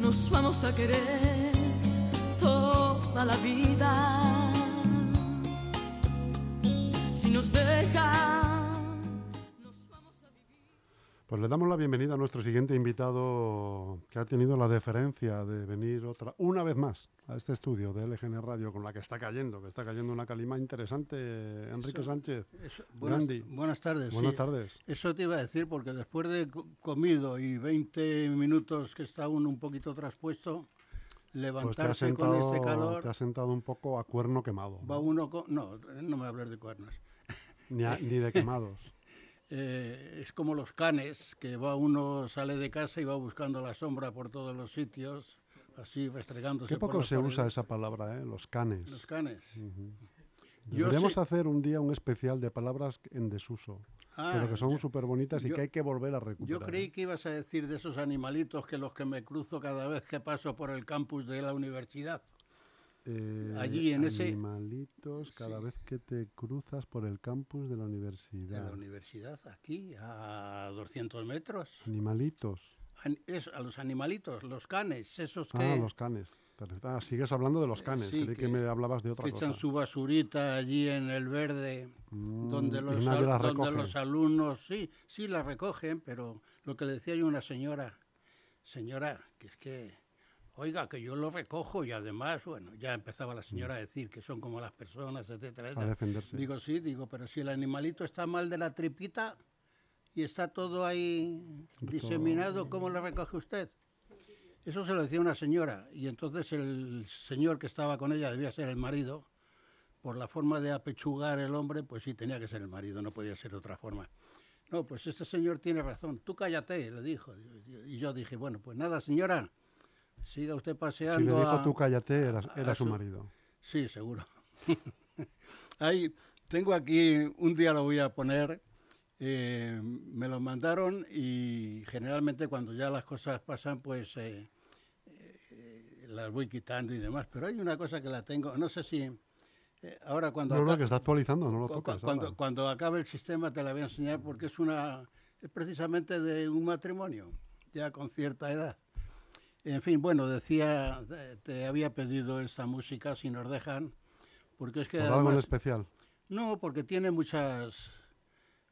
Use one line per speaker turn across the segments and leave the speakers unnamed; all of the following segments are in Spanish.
nos vamos a querer toda la vida. Si nos dejan, nos vamos a vivir.
Pues le damos la bienvenida a nuestro siguiente invitado que ha tenido la deferencia de venir otra una vez más a este estudio de LGN Radio con la que está cayendo, que está cayendo una calima interesante. Enrique
Eso-
Sánchez,
Eso- buenas,
Gandhi.
buenas tardes.
Buenas
sí.
tardes.
Eso te iba a decir porque después de co- comido y 20 minutos que está uno un poquito traspuesto,
Pues te has,
levantarse
sentado,
con este
te
calor
has sentado un poco a cuerno quemado,
va uno con... No, no me voy a hablar de cuernos.
ni, a- ni de quemados.
Eh, es como los canes, que va uno, sale de casa y va buscando la sombra por todos los sitios, así restregándose.
Qué
por
poco
las
se usa Mm.
paredes.
esa palabra, ¿eh? los canes.
Los canes. Yo
Deberíamos
sí-
hacer un día un especial de palabras en desuso,
Ah,
pero que son
yo-
súper bonitas y
yo-
que hay que volver a recuperar.
Yo creí
¿eh?
que ibas a decir de esos animalitos que los que me cruzo cada vez que paso por el campus de la universidad.
Eh,
allí en ese-
animalitos cada
Sí.
vez que te cruzas por el campus de la
De
universidad.
la universidad, aquí, a 200 metros.
Animalitos.
An- es- a los animalitos, los canes, esos que, Eh,
Ah, los canes. Te ref- Ah, sigues hablando de los canes.
sí,
creí que,
que-
me hablabas de otra
que
cosa.
echan su basurita allí en el verde,
Mm,
donde,
y
los,
nadie
al-
las
donde
recoge.
los alumnos, sí, sí la recogen, pero lo que le decía yo a una señora, señora, que es que, oiga, que yo lo recojo y además, bueno, ya empezaba la señora a decir que son como las personas,
Mm.
etcétera,
A
etcétera.
defenderse.
Digo, sí, digo, pero si el animalito está mal de la tripita y está todo ahí diseminado, ¿cómo lo recoge usted? Eso se lo decía una señora y entonces el señor que estaba con ella debía ser el marido. Por la forma de apechugar el hombre, pues sí, tenía que ser el marido, no podía ser de otra forma. No, pues este señor tiene razón, tú cállate, le dijo. Y yo dije, bueno, pues nada, señora, siga usted
si le
paseando.
dijo
a-
tú cállate, era, era
a
su
su-
marido.
Sí, seguro. Ahí, tengo aquí, un día lo voy a poner, eh, me lo mandaron y generalmente cuando ya las cosas pasan, pues eh, eh, las voy quitando y demás. Pero hay una cosa que la tengo, no sé si eh, ahora cuando...
No, no,
aca-
que está actualizando, no lo
cu- cu-
toques.
cuando,
habla.
cuando acabe el sistema te la voy a enseñar porque es una es precisamente de un matrimonio, ya con cierta edad. En fin, bueno, decía, te- te había pedido esta música si nos dejan, porque es que
Pues algo en
además,
especial.
no, porque tiene muchas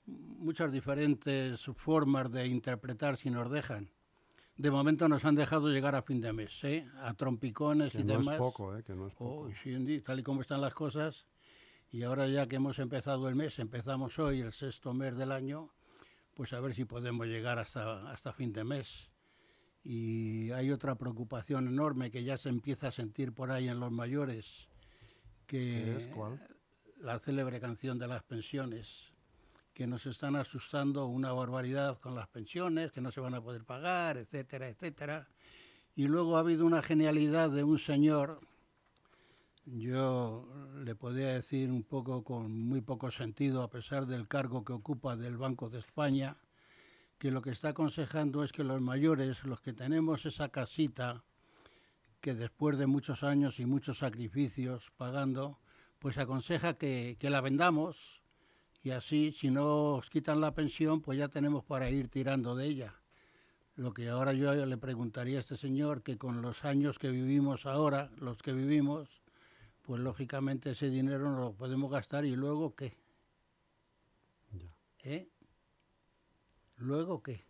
muchas diferentes formas de interpretar si nos dejan. De momento nos han dejado llegar a fin de mes, ¿eh? a trompicones
Que
y
no
demás.
es poco, ¿eh? Que no es poco.
Oh, sí, Andy, tal y como están las cosas, y ahora ya que hemos empezado el mes, empezamos hoy el sexto mes del año, pues a ver si podemos llegar hasta, hasta fin de mes. Y hay otra preocupación enorme que ya se empieza a sentir por ahí en los mayores,
¿Qué
que
es? ¿Cuál?
la célebre canción de las pensiones, que nos están asustando una barbaridad con las pensiones, que no se van a poder pagar, etcétera, etcétera. Y luego ha habido una genialidad de un señor, yo le podría decir un poco con muy poco sentido, a pesar del cargo que ocupa del Banco de España, que lo que está aconsejando es que los mayores, los que tenemos esa casita, que después de muchos años y muchos sacrificios pagando, pues aconseja que, que la vendamos y así, si no os quitan la pensión, pues ya tenemos para ir tirando de ella. Lo que ahora yo le preguntaría a este señor, que con los años que vivimos ahora, los que vivimos, pues lógicamente ese dinero no lo podemos gastar y luego qué,
Ya.
¿eh? ¿Luego qué?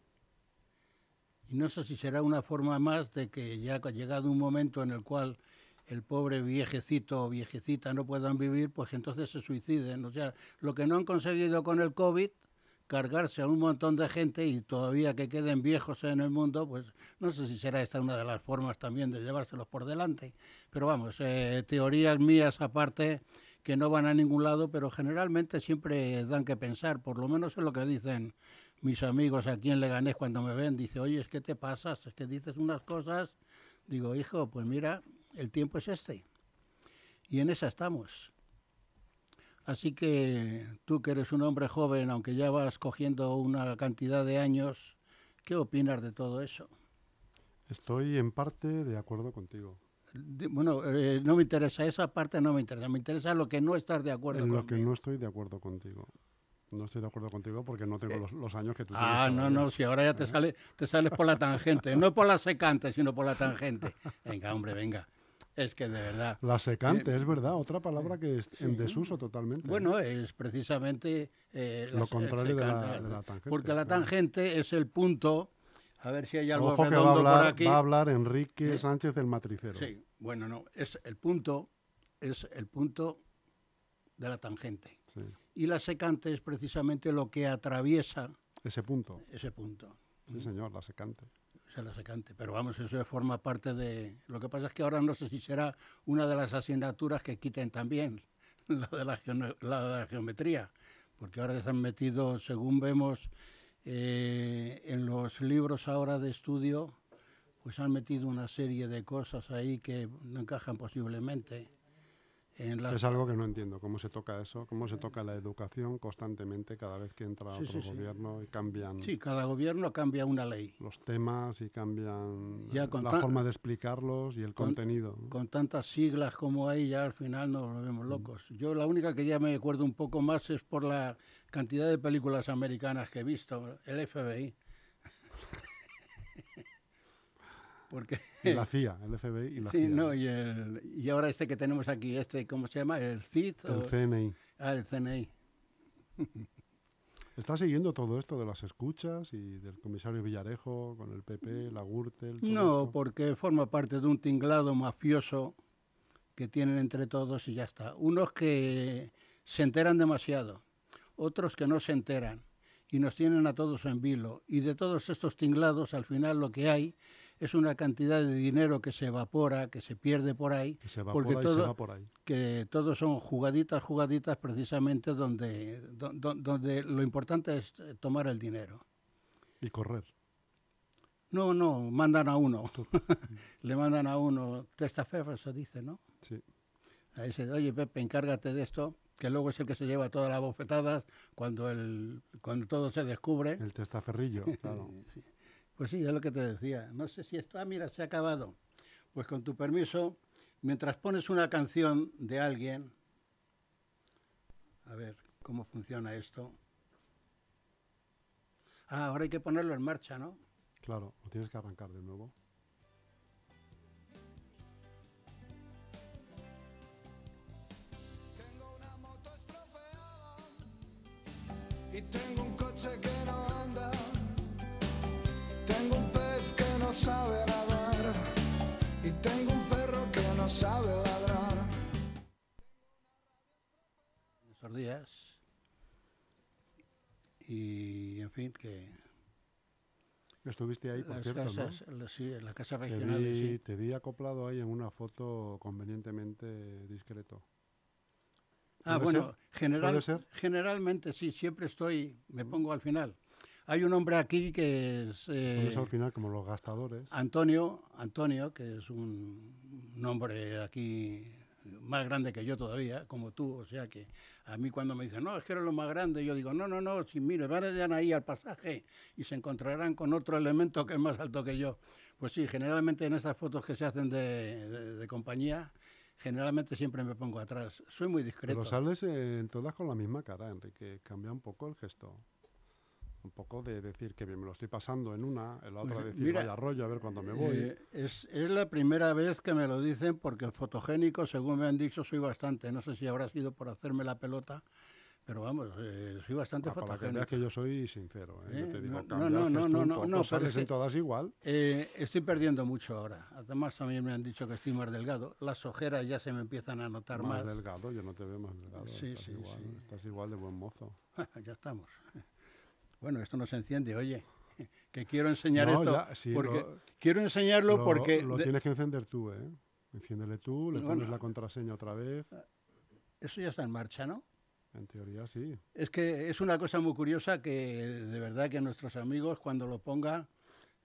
Y no sé si será una forma más de que ya ha llegado un momento en el cual el pobre viejecito o viejecita no puedan vivir, pues entonces se suiciden. O sea, lo que no han conseguido con el COVID, cargarse a un montón de gente y todavía que queden viejos en el mundo, pues no sé si será esta una de las formas también de llevárselos por delante. Pero vamos, eh, teorías mías aparte que no van a ningún lado, pero generalmente siempre dan que pensar, por lo menos es lo que dicen mis amigos aquí en Leganés cuando me ven, dice, oye, es que te pasas, es que dices unas cosas. Digo, hijo, pues mira, el tiempo es este. Y en esa estamos. Así que tú que eres un hombre joven, aunque ya vas cogiendo una cantidad de años, ¿qué opinas de todo eso?
Estoy en parte de acuerdo contigo.
Di- Bueno, eh, no me interesa, esa parte no me interesa, me interesa lo que no estás de acuerdo
en lo
conmigo.
que no estoy de acuerdo contigo. No estoy de acuerdo contigo porque no tengo los, los años que tú tienes.
Eh, Ah, no,
todavía.
no, si ahora ya te sale, te sales por la tangente, no por la secante, sino por la tangente. Venga, hombre, venga. Es que de verdad.
La secante, es verdad, otra palabra que es en desuso totalmente.
Eh, Bueno, es precisamente eh,
Lo
las-
contrario de la-
secante,
de la tangente,
Porque la
claro.
tangente es el punto. A ver si hay algo
Ojo que va a,
redondo por
hablar,
aquí. Eh,
va a hablar Enrique Sánchez del matricero.
Sí, bueno, no, es el punto, es el punto de la tangente.
Sí,
Y la secante es precisamente lo que atraviesa
Ese punto.
ese punto.
Sí, señor, la secante.
se la secante. Pero vamos, eso forma parte de... Lo que pasa es que ahora no sé si será una de las asignaturas que quiten también, la de la, geo- la de la geometría, porque ahora se han metido, según vemos eh, en los libros ahora de estudio, pues han metido una serie de cosas ahí que no encajan posiblemente. En las-
Es algo que no entiendo, cómo se toca eso, cómo se toca la educación constantemente cada vez que entra
Sí,
otro
sí, sí.
gobierno y cambian
Sí, cada gobierno cambia una ley.
los temas y cambian
Ya,
eh,
con
la
tan-
forma de explicarlos y el
con-
contenido.
con tantas siglas como hay, ya al final nos volvemos locos.
Mm.
Yo la única que ya me acuerdo un poco más es por la cantidad de películas americanas que he visto, el FBI. Porque
Y la CIA, el FBI y la
sí,
CIA.
no, y, el- y ahora este que tenemos aquí, este, ¿cómo se llama? El CID.
el
o-
CNI.
ah, el CNI.
¿Está siguiendo todo esto de las escuchas y del comisario Villarejo con el PP, la Gürtel? todo
No,
esto?
porque forma parte de un tinglado mafioso que tienen entre todos y ya está. Unos que se enteran demasiado, otros que no se enteran y nos tienen a todos en vilo. Y de todos estos tinglados, al final lo que hay es una cantidad de dinero que se evapora, que se pierde por ahí,
Que se va
porque
por ahí, se
todo-
va por ahí.
que todos son jugaditas, jugaditas precisamente donde, do- do- donde lo importante es eh, tomar el dinero.
Y correr.
No, no, mandan a uno. Le mandan a uno testaferro, se dice, ¿no?
Sí.
¿Eh? Ahí dice, oye Pepe, encárgate de esto, que luego es el que se lleva todas las bofetadas cuando, el, cuando todo se descubre.
El testaferrillo, claro.
Pues sí, es lo que te decía. No sé si esto, ah, mira, se ha acabado. Pues con tu permiso, mientras pones una canción de alguien, a ver cómo funciona esto. Ah, ahora hay que ponerlo en marcha, ¿no?
Claro, lo tienes que arrancar de nuevo.
Tengo una moto estropeada y tengo un coche que no anda. Tengo un pez que no sabe nadar y tengo un perro que no sabe ladrar.
estos días. Y en fin, que
Estuviste ahí, por
las
cierto, ¿no?
casas, las- sí, en las casas
Te
regionales,
vi,
sí.
te vi acoplado ahí en una foto convenientemente discreto.
Ah,
¿Puede
bueno,
¿Puede
general,
ser?
generalmente sí, siempre estoy, me pongo al final. Hay un hombre aquí que es
Por eso
eh,
al final, como los gastadores,
Antonio, Antonio, que es un, un hombre aquí más grande que yo todavía, como tú, o sea que a mí cuando me dicen, no, es que eres lo más grande, yo digo, no, no, no, si mire, vayan ahí al pasaje y se encontrarán con otro elemento que es más alto que yo. Pues sí, generalmente en esas fotos que se hacen de, de- de compañía, generalmente siempre me pongo atrás. Soy muy discreto.
pero sales eh, en todas con la misma cara, Enrique. Cambia un poco el gesto. Un poco de decir que bien me lo estoy pasando en una, en la otra
Pues,
decir
mira,
vaya rollo, a ver cuándo me voy.
Eh, es, es la primera vez que me lo dicen porque fotogénico, según me han dicho, soy bastante. No sé si habrá sido por hacerme la pelota, pero vamos, eh, soy bastante
Ah, para que
fotogénico.
veas que yo soy sincero. ¿eh? Yo
Eh,
te digo,
no, no,
cambia el
no, no,
gesto un
no,
poco,
no,
sales en
parece-
todas igual.
Eh, estoy perdiendo mucho ahora. Además, también me han dicho que estoy más delgado. Las ojeras ya se me empiezan a notar
Más
más.
delgado, yo no te veo más delgado.
Sí,
estás
sí,
igual,
sí.
Estás igual de buen mozo.
ya estamos. Bueno, esto no se enciende, oye. Que quiero enseñar
No,
esto.
ya, sí,
porque
lo-
quiero enseñarlo
Lo-
porque
Lo
de-
tienes que encender tú, ¿eh? Enciéndele tú, le
Bueno.
pones la contraseña otra vez.
eso ya está en marcha, ¿no?
En teoría sí.
Es que es una cosa muy curiosa que de verdad que nuestros amigos cuando lo pongan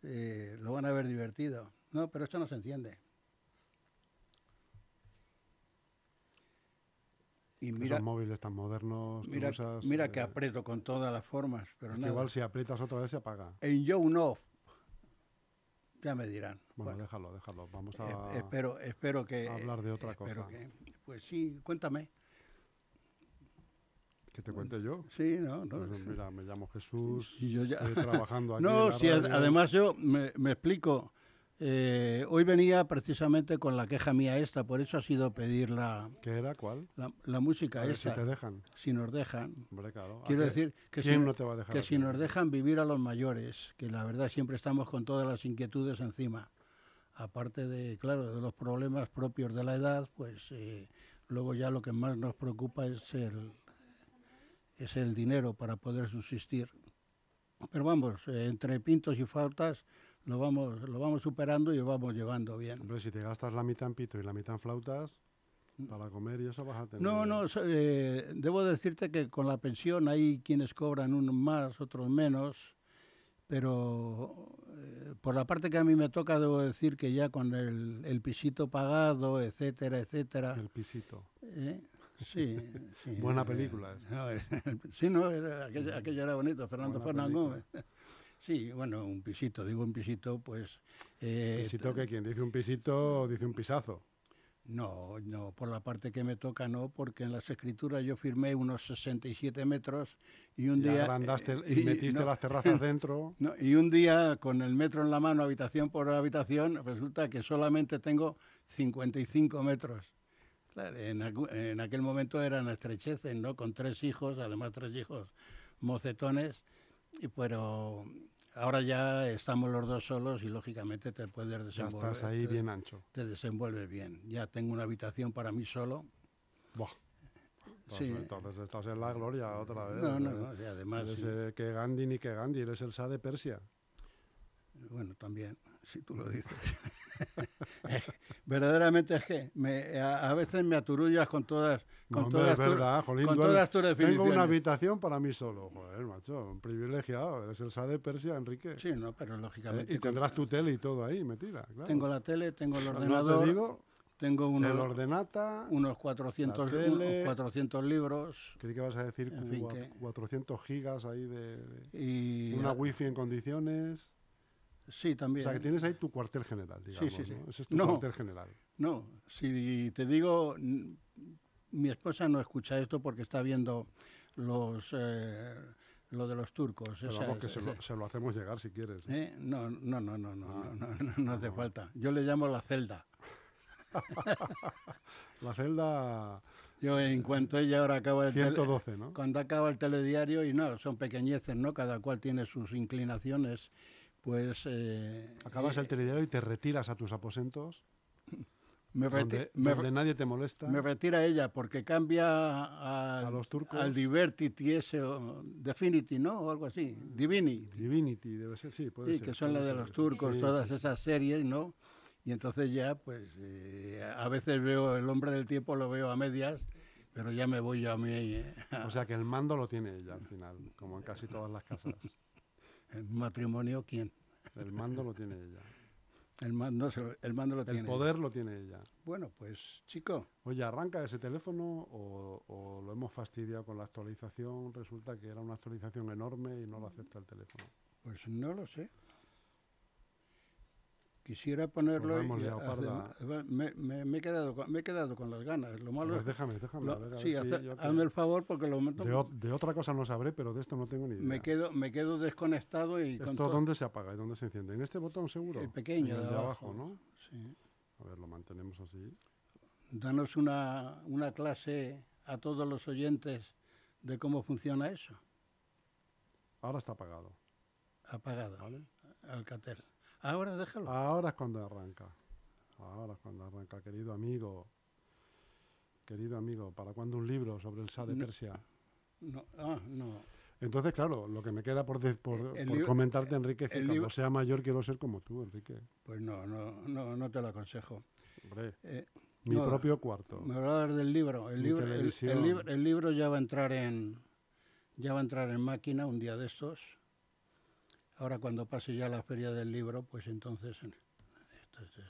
eh, lo van a ver divertido. No, pero esto no se entiende. Y mira,
Esos móviles tan modernos que
mira,
usas,
mira
eh,
que aprieto con todas las formas, pero
es que
nada.
igual si aprietas otra vez se apaga.
En yo un off, ya me dirán.
Bueno,
Bueno,
déjalo, déjalo. Vamos
eh,
a...
espero, espero que...
a hablar de otra
espero
cosa.
que- pues sí, cuéntame.
que que te cuente yo.
Sí, no, no.
Pues, mira, me llamo Jesús,
Y yo ya-
estoy trabajando aquí. en
No,
la
sí, ad-
radio.
además yo me, me explico. Eh, hoy venía precisamente con la queja mía esta, por eso ha sido pedir la,
¿Qué era? ¿Cuál?
la, la música
A ver si
esta,
te dejan.
si nos dejan.
Hombre, claro. ¿a
Quiero
qué?
decir que, si,
¿Quién no te va a dejar
que
a ti?
si nos dejan vivir a los mayores, que la verdad siempre estamos con todas las inquietudes encima, aparte de, claro, de los problemas propios de la edad, pues eh, luego ya lo que más nos preocupa es el, es el dinero para poder subsistir. Pero vamos, eh, entre pintos y faltas lo vamos, lo vamos superando y lo vamos llevando bien.
Hombre, si te gastas la mitad en pito y la mitad en flautas, para comer y eso vas a tener...
Mm. No, no, so- eh, debo decirte que con la pensión hay quienes cobran unos más, otros menos, pero eh, por la parte que a mí me toca debo decir que ya con el, el pisito pagado, etcétera, etcétera,
El pisito.
¿eh? sí, sí.
Buena
eh,
película esa.
no, el- sí, no, era, aquella, aquella era bonita, Fernando
Buena
Fernández
película.
Gómez. Sí, bueno, un pisito, digo un pisito, pues... eh,
Pisito que quien dice un pisito, dice un pisazo.
No, no, por la parte que me toca no, porque en las escrituras yo firmé unos 67 metros y un
Y
día...
agrandaste el-
eh,
y metiste
no,
las terrazas dentro.
no, y un día con el metro en la mano, habitación por habitación, resulta que solamente tengo 55 metros. Claro, en, acu- en aquel momento eran estrecheces, ¿no? Con tres hijos, además tres hijos mocetones, y pero ahora ya estamos los dos solos y lógicamente te puedes
Ya
desenvolver.
estás ahí
te-
bien ancho.
te desenvuelves bien. Ya tengo una habitación para mí solo.
Buah. Entonces,
Sí.
entonces estás en la gloria otra vez.
No,
¿eh?
no, no. y además,
Eres
Pues sí,
eh, que Gandhi ni que Gandhi, eres el Shah de Persia.
bueno, también, si tú lo dices. Verdaderamente es que me- a, a veces me aturullas con todas, con
No, hombre,
todas,
es
tus-
verdad, jolín,
con
tú eres-
todas tus definiciones.
Tengo una habitación para mí solo. Joder, macho, un privilegiado. Eres el Shah de Persia, Enrique.
Sí, no, pero
Eh,
lógicamente.
y
con-
tendrás tu tele y todo ahí, metida. Claro.
Tengo la tele, tengo el
No te
ordenador,
digo,
tengo unos,
el ordenata.
unos 400,
la
unos
tele.
400 libros
Creí que vas a decir
En fin,
cua-
que-
400 gigas ahí de, de-
y
una wifi en condiciones.
sí
O
también.
sea, que tienes ahí tu cuartel general, digamos.
sí, sí.
¿no? Ese es tu
No.
cuartel general.
No, si te digo, n- mi esposa no escucha esto porque está viendo los eh, lo de los turcos.
Pero
esa-
vamos, que
esa-
se lo, se lo hacemos llegar si quieres. ¿eh?
¿Eh? No, no, no, no, no,
Ah.
no, no, no, no hace falta. Yo le llamo la celda.
La celda
Yo en cuanto ella ahora acaba el tele-
112, ¿no?
cuando acaba el telediario y no, son pequeñeces, ¿no? Cada cual tiene sus inclinaciones, pues eh,
Acabas
eh,
el telediario y te retiras a tus aposentos,
me, reti-
donde,
me re-
donde nadie te molesta.
Me retira ella porque cambia al,
A los turcos.
al Diversity ese, o Definity, ¿no? O algo así. Divini.
Divinity, debe ser, sí, Mm. puede
sí,
ser.
que son las
puede
de
ser
los
eso.
turcos,
Sí,
todas
sí,
esas series, ¿no? Y entonces ya, pues, eh, a veces veo El Hombre del Tiempo, lo veo a medias, pero ya me voy yo a mí. eh,
sí. O sea, que el mando lo tiene ella al final, como en casi todas las casas.
¿El matrimonio quién?
El mando lo tiene ella.
El mando, se lo- el mando lo tiene.
El poder lo tiene ella.
Bueno, pues, chico,
Oye, arranca ese teléfono o, o lo hemos fastidiado con la actualización. Resulta que era una actualización enorme y no lo acepta el teléfono.
pues no lo sé. Quisiera ponerlo
la hemos
y
liado
hacer-
parda.
me, me- me he quedado con, me he quedado con las ganas. Lo malo
Pues
es
déjame, déjame.
Lo-
a ver, a
sí,
ver si
hace-
yo te-
hazme el favor porque lo momento
de, o- de otra cosa no sabré, pero de esto no tengo ni idea.
me quedo, me quedo desconectado y
¿Esto
con todo.
dónde se apaga y dónde se enciende? ¿En este botón seguro?
El pequeño
En el
de
de
abajo.
abajo, ¿no?
Sí.
A ver, lo mantenemos así.
Danos una, una clase a todos los oyentes de cómo funciona eso.
Ahora está apagado.
Apagado. Alcatel. Ahora déjalo.
Ahora es cuando arranca. Ahora es cuando arranca, querido amigo. Querido amigo, ¿para cuándo un libro sobre el Shah de
No.
Persia?
No, ah, no.
Entonces, claro, lo que me queda por, de- por,
El
por
libro-
comentarte, Enrique, es que
el
cuando
libro-
sea mayor quiero ser como tú, Enrique.
Pues no, no, no, no te lo aconsejo.
Hombre,
Eh,
mi
no,
propio cuarto.
Me hablabas del libro. El
Ni
libro, el,
televisión.
el libro, el libro ya va a entrar en ya va a entrar en máquina un día de estos. Ahora cuando pase ya la feria del libro, pues entonces, entonces, este,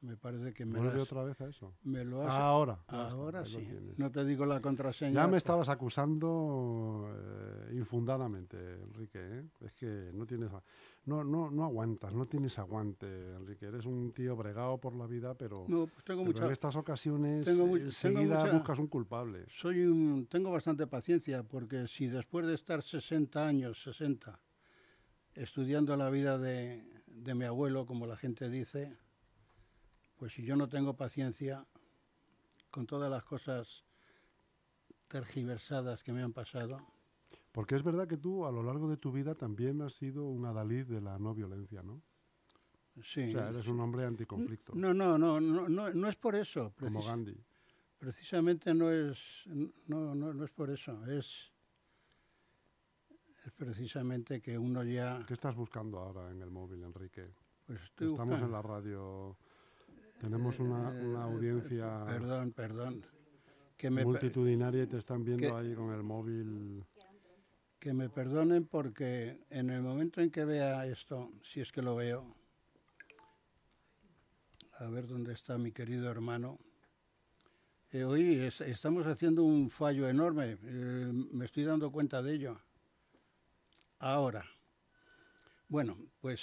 Me parece que me,
Vuelve
las-
otra vez a eso.
me lo has...
Ahora. ya está,
Ahora
ahí lo
sí.
Ah, tienes.
No te digo la contraseña.
Ya me
pero-
estabas acusando eh, infundadamente, Enrique. ¿eh? Es que no tienes, a- no, no, no aguantas, no tienes aguante, Enrique. Eres un tío bregado por la vida, pero,
No, pues tengo
pero
mucha...
en estas ocasiones
tengo mu- tengo
enseguida
mucha-
buscas un culpable.
Soy un, tengo bastante paciencia porque si después de estar 60 años, 60, estudiando la vida de, de mi abuelo, como la gente dice, pues si yo no tengo paciencia con todas las cosas tergiversadas que me han pasado,
Porque es verdad que tú a lo largo de tu vida también has sido un adalid de la no violencia, ¿no?
sí.
O sea, eres un hombre anticonflicto,
no, no, no, no, no, no es por eso.
como
precis-
Gandhi.
precisamente no es, no, no, no es por eso. Es, es precisamente que uno ya...
¿Qué estás buscando ahora en el móvil, Enrique?
Pues estoy
Estamos
buscando.
en la radio, tenemos una, una
Eh,
audiencia...
Perdón, perdón. Que me, per-
multitudinaria y te están viendo
que-
ahí con el móvil.
que me perdonen porque en el momento en que vea esto, si es que lo veo, a ver dónde está mi querido hermano. Eh, oye, es- estamos haciendo un fallo enorme, eh, me estoy dando cuenta de ello. Ahora, bueno, pues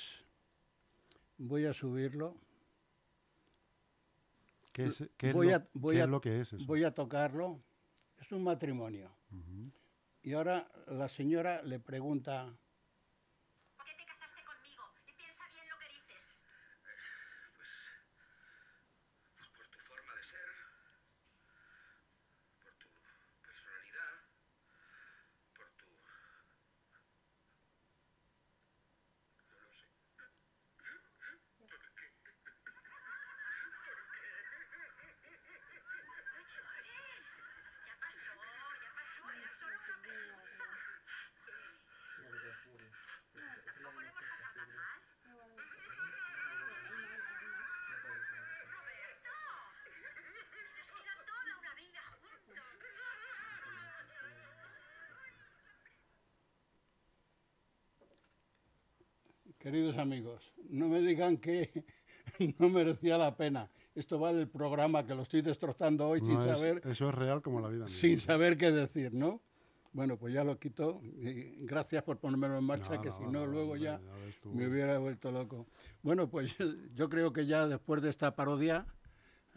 voy a subirlo,
¿Qué es, qué es
voy
lo,
a- voy
qué
a-
es lo que es eso?
voy a tocarlo. Es un matrimonio.
Ujú.
Y ahora la señora le pregunta,
¿Por qué te casaste conmigo? Y piensa bien lo que dices.
Pues, por tu forma de ser, por tu personalidad, por tu... No lo sé.
No llores. Ya pasó, ya pasó. Era solo una pregunta. Tampoco lo hemos pasado tan mal. Roberto, se nos queda toda una vida juntos.
queridos amigos, no me digan que no merecía la pena. Esto vale el programa que lo estoy destrozando hoy sin
No es-
saber,
Eso es real como la vida. misma.
sin saber qué decir, ¿no? Bueno, pues ya lo quito. y gracias por ponérmelo en marcha,
Nada,
que si
nada,
no
nada,
luego
hombre,
ya
ves tú.
me hubiera vuelto loco. Bueno, pues yo creo que ya después de esta parodia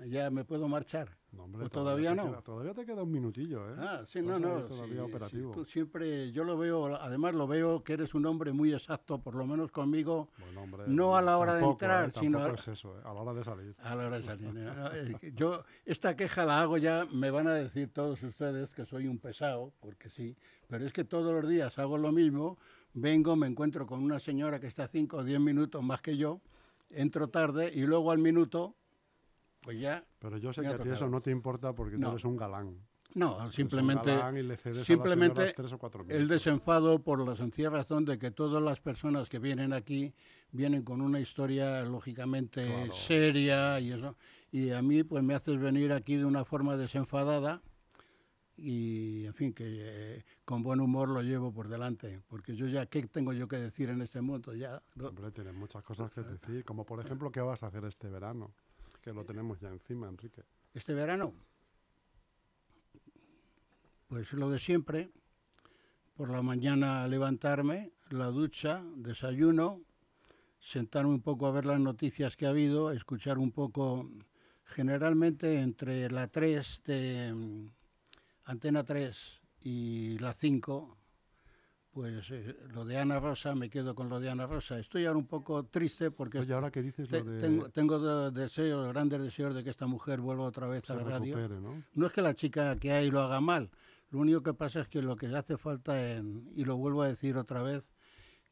ya me puedo marchar.
No, hombre,
¿O Pues todavía
te
no?
queda- todavía te queda un minutillo, ¿eh?
Ah, sí,
Vas
no,
ahí
no.
Todavía
sí, sí,
operativo.
tú siempre, yo lo veo, además lo veo que eres un hombre muy exacto, por lo menos conmigo,
Bueno, hombre,
no a la hora de
tampoco, ¿eh?
entrar, sino a,
Tampoco es eso, ¿eh? a la hora de salir.
a la hora de salir. ¿no? No, ¿eh? Ah, es que Yo esta queja la hago ya, me van a decir todos ustedes que soy un pesado, porque sí, pero es que todos los días hago lo mismo, vengo, me encuentro con una señora que está 5 o 10 minutos más que yo, entro tarde y luego al minuto, pues ya
Pero yo sé
Me
que
ha
a ti
tocado.
eso no te importa porque tú
No.
eres un galán.
No,
Pues un
simplemente,
galán y le cedes a las señoras
simplemente
tres o cuatro
el
minutos.
desenfado por la sencilla razón de que todas las personas que vienen aquí vienen con una historia lógicamente
Claro.
seria y eso. Y a mí pues me haces venir aquí de una forma desenfadada y en fin, que eh, con buen humor lo llevo por delante. Porque yo ya, ¿qué tengo yo que decir en este mundo? Ya, lo-
Hombre, tienes muchas cosas que decir, como por ejemplo, ¿qué vas a hacer este verano? Que
Eh,
lo tenemos ya encima, Enrique.
este verano? Pues lo de siempre. Por la mañana levantarme, la ducha, desayuno, sentarme un poco a ver las noticias que ha habido, escuchar un poco, generalmente entre la 3 de mm, Antena 3 y la 5, pues eh, lo de Ana Rosa, me quedo con lo de Ana Rosa. Estoy ahora un poco triste porque
Oye, ahora que dices
te-
lo de
tengo, tengo de- deseos, grandes deseos de que esta mujer vuelva otra vez
se
a la radio.
recupere, ¿no?
No es que la chica que hay lo haga mal, lo único que pasa es que lo que hace falta, en- y lo vuelvo a decir otra vez,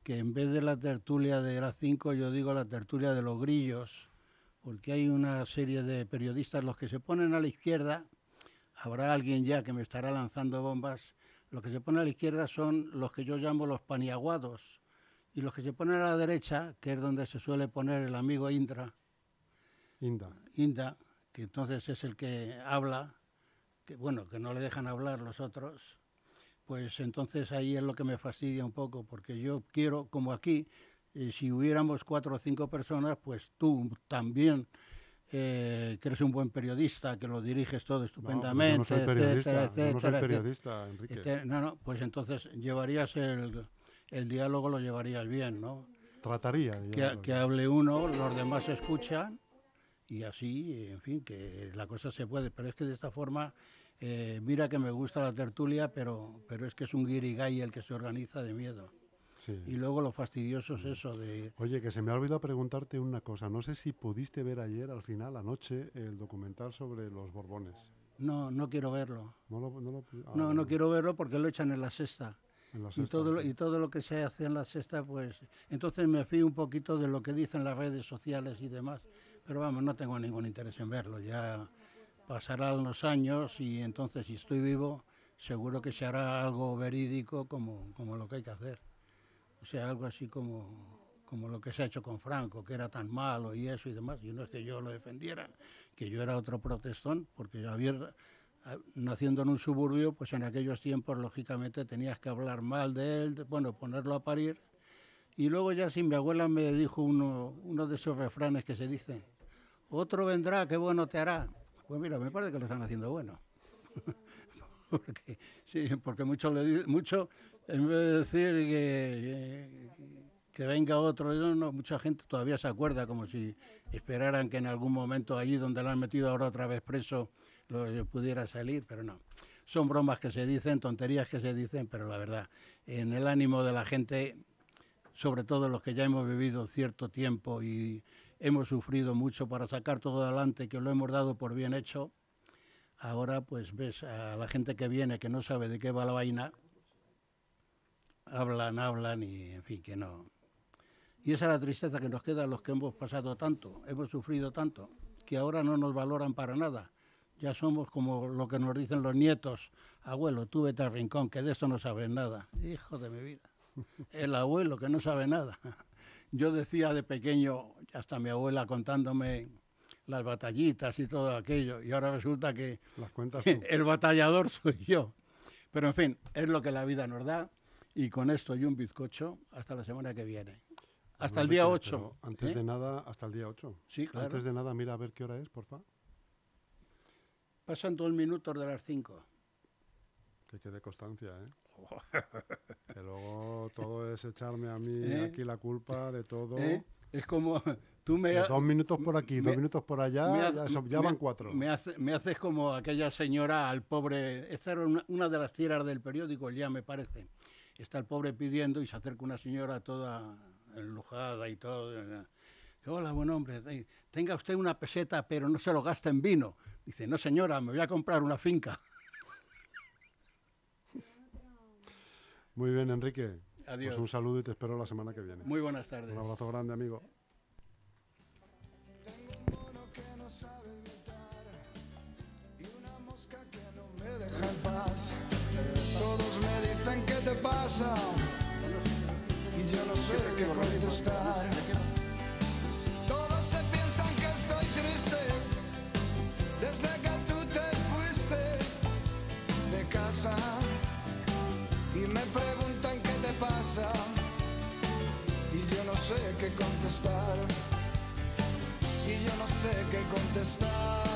que en vez de la tertulia de las 5, yo digo la tertulia de los grillos, porque hay una serie de periodistas, los que se ponen a la izquierda, habrá alguien ya que me estará lanzando bombas, los que se ponen a la izquierda son los que yo llamo los paniaguados, y los que se ponen a la derecha, que es donde se suele poner el amigo Indra,
Inda.
Inda, que entonces es el que habla, que bueno, que no le dejan hablar los otros, pues entonces ahí es lo que me fastidia un poco, porque yo quiero, como aquí, eh, si hubiéramos cuatro o cinco personas, pues tú también eh, que eres un buen periodista, que lo diriges todo
No, yo
estupendamente,
no soy periodista, yo
etcétera,
no soy
etcétera, etcétera.
periodista, Enrique.
Este, no, no, pues entonces llevarías el, el diálogo, lo llevarías bien, ¿no?
Trataría. de
Que,
llevarlo
que
bien.
hable uno, los demás escuchan y así, en fin, que la cosa se puede. Pero es que de esta forma, eh, mira que me gusta la tertulia, pero, pero es que es un guirigay el que se organiza de miedo.
Sí.
Y luego lo fastidioso
Mm.
es eso de...
Oye, que se me ha olvidado preguntarte una cosa. No sé si pudiste ver ayer, al final, anoche, el documental sobre los Borbones.
No, no quiero verlo.
No lo, no lo pu- ah,
No,
bueno,
no quiero verlo porque lo echan en la cesta.
en la
Y
sexta,
todo, lo,
sí.
y todo lo que se hace en la cesta, pues... Entonces me fío un poquito de lo que dicen las redes sociales y demás. Pero vamos, no tengo ningún interés en verlo. Ya pasarán los años y entonces si estoy vivo, seguro que se hará algo verídico como, como lo que hay que hacer. O sea, algo así como, como lo que se ha hecho con Franco, que era tan malo y eso y demás. Y no es que yo lo defendiera, que yo era otro protestón, porque yo había, a- naciendo en un suburbio, pues en aquellos tiempos, lógicamente, tenías que hablar mal de él, de- bueno, ponerlo a parir. Y luego ya si mi abuela me dijo uno, uno de esos refranes que se dicen, otro vendrá, qué bueno te hará. Pues mira, me parece que lo están haciendo bueno. porque, sí, porque mucho, le, di- mucho, en vez de decir que, que- que venga otro, no, no, mucha gente todavía se acuerda como si esperaran que en algún momento allí donde lo han metido ahora otra vez preso lo eh, pudiera salir, pero no. Son bromas que se dicen, tonterías que se dicen, pero la verdad, en el ánimo de la gente sobre todo los que ya hemos vivido cierto tiempo y hemos sufrido mucho para sacar todo adelante, que lo hemos dado por bien hecho, ahora pues ves a la gente que viene que no sabe de qué va la vaina, hablan, hablan y en fin, que no. Y esa es la tristeza que nos queda a los que hemos pasado tanto, hemos sufrido tanto, que ahora no nos valoran para nada. Ya somos como lo que nos dicen los nietos, abuelo, tú vete al rincón, que de esto no sabes nada. Hijo de mi vida el abuelo que no sabe nada. Yo decía de pequeño, hasta mi abuela contándome las batallitas y todo aquello, y ahora resulta que
Las cuentas tú.
el batallador soy yo. Pero en fin, es lo que la vida nos da, y con esto y un bizcocho, hasta la semana que viene. Hasta el
Enrique,
día
pero
8.
Antes
¿eh?
de nada, hasta el día 8.
Sí, claro.
Antes de nada, mira a ver qué hora es, porfa.
Pasan dos minutos de las 5.
Que quede constancia, ¿eh? que luego todo es echarme a mí
¿Eh?
aquí la culpa de todo.
Es como tú me...
Que dos minutos por aquí, dos
Eh, me-
minutos por allá,
me ha-
Ah, ya, son- ya
me-
van cuatro.
Me, hace- me haces como aquella señora al pobre. Esta era una, una de las tiras del periódico, ya me parece. Está el pobre pidiendo y se acerca una señora toda enlujada y todo. eh, que, Hola, buen hombre. te- Tenga usted una peseta, pero no se lo gasta en vino. Dice, no señora, me voy a comprar una finca.
Muy bien, Enrique.
Adiós.
Pues un saludo y te espero la semana que viene.
Muy buenas tardes.
Un abrazo grande, amigo.
Tengo un mono que no sabe imitar y una mosca que no me deja en paz. Todos me dicen qué te pasa y yo no sé qué contestar. Todos se piensan que estoy triste desde que tú te fuiste de casa y me preguntan qué te pasa y yo no sé qué contestar y yo no sé qué contestar.